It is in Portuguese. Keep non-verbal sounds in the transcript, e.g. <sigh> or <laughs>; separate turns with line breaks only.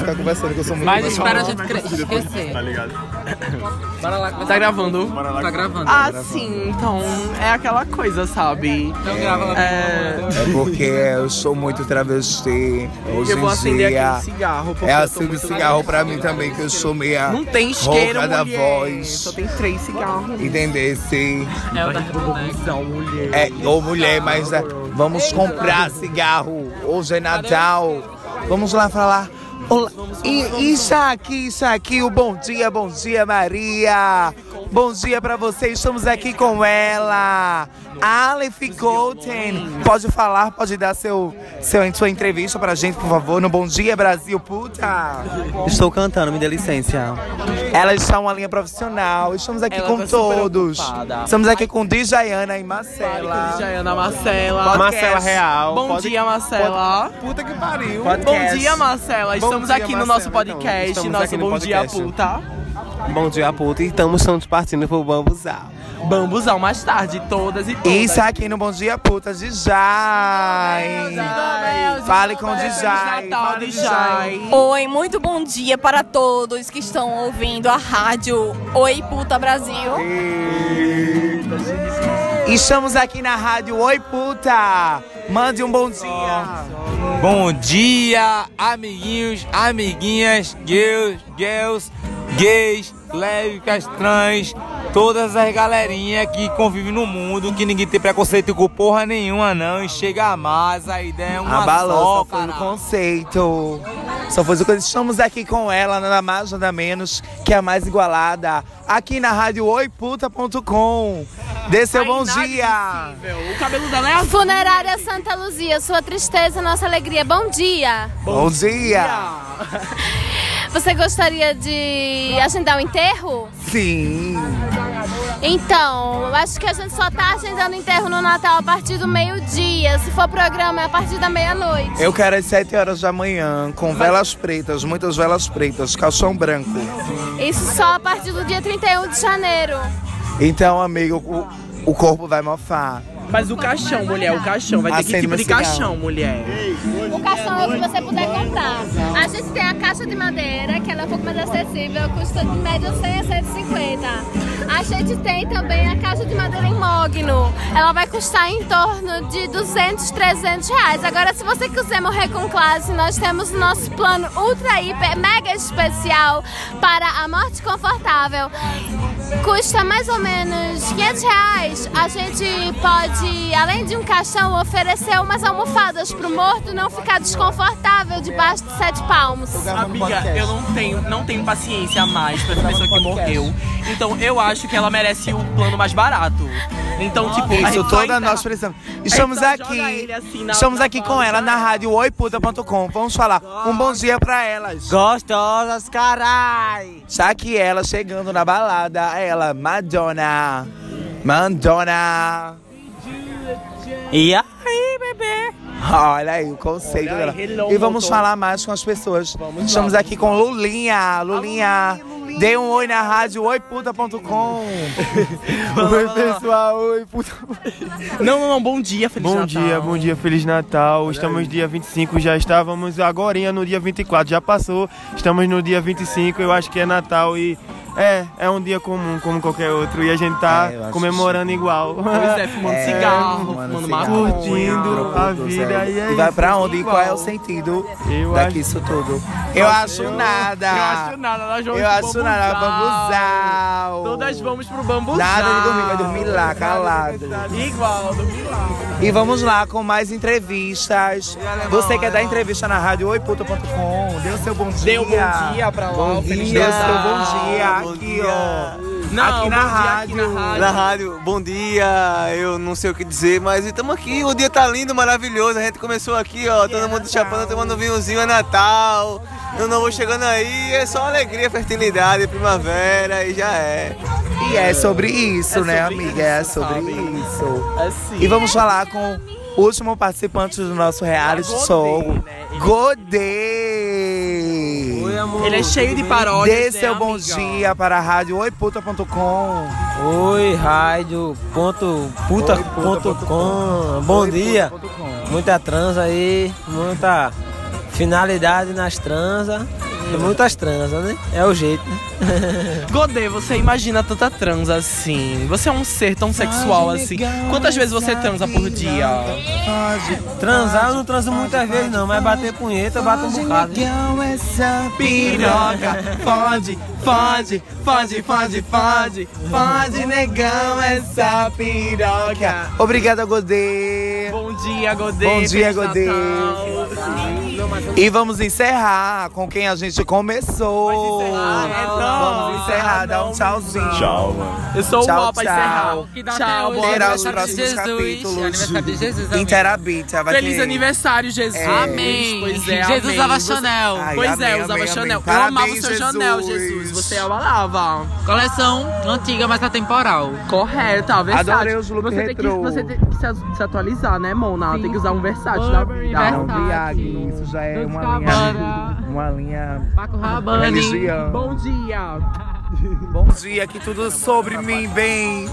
ficar conversando, que eu sou muito
Mas
doido.
espera a gente
Vai
cre-
conseguir depois, Tá
esquecer.
ligado?
Bora lá. começar. Tá gravando?
Bora lá.
Tá gravando.
Ah, sim, então é aquela coisa, sabe?
Então grava lá.
É.
É porque eu sou muito travesti. Hoje
Eu vou
em
acender
dia.
aquele cigarro, porque
é
eu tô
acender
muito
cigarro pra mim também, que eu sou meia.
Não tem isqueiro,
rouca
mulher.
da voz.
Só tem três cigarros.
Entendesse?
É o da Revolução.
Não, mulher.
É, ou mulher, mas é, vamos comprar cigarro. Hoje é Natal. Vamos lá falar. Olá. E isso aqui, isso aqui, o bom dia, bom dia, Maria. Bom dia pra você, estamos aqui com ela. Aleph Golden. Pode falar, pode dar seu, seu, sua entrevista pra gente, por favor, no Bom Dia Brasil, puta.
Estou cantando, me dê licença.
Elas são uma linha profissional, estamos aqui
Ela
com
tá super
todos.
ocupada.
Estamos aqui com Dijayana e Marcela.
Jaiana é Marcela.
Marcela Real.
Bom
Pode-
dia, Marcela.
Puta que pariu.
Bom dia, Marcela.
Bom
Estamos
dia,
aqui no
Marcela,
nosso podcast,
então. Estamos
nosso
aqui no
Bom Dia
podcast.
Puta.
Bom dia, puta. E estamos juntos partindo pro bambuzal.
Bambuzão mais tarde, todas e todas.
Isso aqui no Bom Dia Puta, Dijay. Fale com Dijay.
Feliz Natal,
Fale,
Dijay.
Oi, muito bom dia para todos que estão ouvindo a rádio Oi Puta Brasil.
Estamos aqui na rádio Oi Puta. Mande um bom dia.
Bom dia, amiguinhos, amiguinhas, girls, girls, gays, lésbicas, trans, todas as galerinhas que convivem no mundo, que ninguém tem preconceito com porra nenhuma não, e chega a massa, a ideia é uma
A balança
só,
foi no
caralho.
conceito. Só foi o que estamos aqui com ela, nada mais, nada menos, que é a mais igualada. Aqui na rádio oiputa.com. Dê seu bom dia.
O cabelo dela é azul.
Funerária Santa Luzia, sua tristeza, nossa alegria. Bom dia!
Bom dia.
Você gostaria de agendar o enterro?
Sim.
Então, acho que a gente só tá agendando enterro no Natal a partir do meio-dia. Se for programa, é a partir da meia-noite.
Eu quero às 7 horas da manhã, com velas pretas, muitas velas pretas, calção branco.
Isso só a partir do dia 31 de janeiro.
Então, amigo, o, o corpo vai mofar.
Mas o caixão, mulher, o caixão. Vai ter que
Acende
tipo
meu
de
cigarro.
caixão, mulher.
O caixão é o que você puder comprar. A gente tem a caixa de madeira, que ela é um pouco mais acessível, custa de média 100 a 150. A gente tem também a caixa de madeira em mogno. Ela vai custar em torno de 200, 300 reais. Agora, se você quiser morrer com classe, nós temos o nosso plano ultra, hiper, mega especial para a morte confortável. Custa mais ou menos 500 reais. A gente pode, além de um caixão, oferecer umas almofadas pro morto não ficar desconfortável debaixo de sete palmos.
Amiga, eu não tenho, não tenho paciência mais pra
Tá
essa pessoa que morreu. Então eu acho que ela merece o plano mais barato. Então, tipo, a
Isso
gente vai
toda
entrar-
nós precisamos. Estamos
Então, joga
aqui.
ele assim na-
Estamos
na
aqui
bola,
com ela
já
na
é.
rádio oiputa.com. Vamos falar um bom dia pra elas.
Gostosas, carai!
Já que ela chegando na balada, ela, Madonna. Madonna.
E aí, bebê?
Olha aí o conceito
Olha aí,
dela.
hello,
e vamos
motor.
falar mais com as pessoas. Estamos aqui com Lulinha. Lulinha, dê um oi na rádio oiputa.com.
Oi, pessoal. Oi, puta.
Não, não, não, bom dia, Feliz
Bom
Natal.
dia, bom dia, Feliz Natal. Estamos dia 25, já estávamos agorinha no dia 24, já passou. Estamos no dia 25, eu acho que é Natal e é, é um dia comum como qualquer outro e a gente tá
É, eu acho
comemorando igual.
Pois
<laughs>
é, fumando
É,
cigarro,
fumando
fumando
cigarro.
maconha.
Curtindo a vida e é
E vai
isso.
pra onde? E qual é o sentido
Eu acho-
daqui isso tudo? Eu acho nada.
Eu acho nada, nós vamos
Eu
pro
acho nada. é Bambuzal.
Todas vamos pro bambuzal.
Nada de dormir, vai dormir lá, calado.
Igual, dormir lá.
E vamos lá com mais entrevistas. Você quer dar entrevista na rádio oiputa.com? Dê o seu bom dia.
Dê o bom dia pra lá,
Bom
o Feliz
dia,
Natal.
bom dia.
Bom
aqui,
dia.
ó.
Não,
aqui,
bom
na
dia
rádio.
aqui na rádio.
Na rádio, bom dia. Eu não sei o que dizer, mas estamos aqui. O dia tá lindo, maravilhoso. A gente começou aqui,
é
ó. Todo mundo chapando, tomando um vinhozinho. É Natal. Eu não vou chegando aí. É só alegria, fertilidade, primavera e já é.
E é sobre isso,
É
né,
sobre
amiga? É
isso,
sobre
sabe?
isso.
Assim.
E vamos falar com o último participante do nosso reality
Godê,
show.
né? Ele-
Godê!
amor.
Ele é cheio de paródias,
Dê
né,
seu bom
amiga?
dia para a rádio oiputa.com.
Oi, rádio. Ponto, puta, ponto com. Bom dia. Muita transa aí, muita finalidade nas transas.
Muitas transas, né? É o jeito, né?
Godê, você imagina tanta transa assim? Você é um ser tão sexual assim. Quantas vezes você transa por dia?
Transar eu não transo muitas vezes não, mas bater punheta eu bato um bocado. né?
Piroca, fode, fode, fode, fode, fode, fode, negão essa piroca.
Obrigada, Godê.
Bom dia, Godê.
Bom dia,
Feliz
Godê.
Natal.
E vamos encerrar com quem a gente começou.
né,
Vamos encerrar,
Ah,
dá um tchauzinho. Tchau.
Eu sou o
Tchau,
Mó pra
tchau.
encerrar. Tchau, boa
Terá
noite.
os próximos capítulos. Interabita. vai
Feliz
ter-
aniversário, Jesus.
Amém.
Pois é, Jesus amém. usava Chanel.
Ai,
pois
amém,
é, usava
amém,
Chanel.
amém.
Eu amava o
Parabéns,
seu Chanel,
Jesus.
Jesus. Você é amava.
Coleção antiga, mas tá atemporal.
Correta, versátil.
Adorei os look
é você
retrô.
Tem que, você tem que se, se atualizar, né, Mona? Tem que usar um versátil da vida.
Não, Viagem, isso já é uma linha.
Cavana.
<laughs> Uma linha.
Paco Rabanne.
Religião.
Bom dia.
Bom dia, que tudo sobre mim, bem.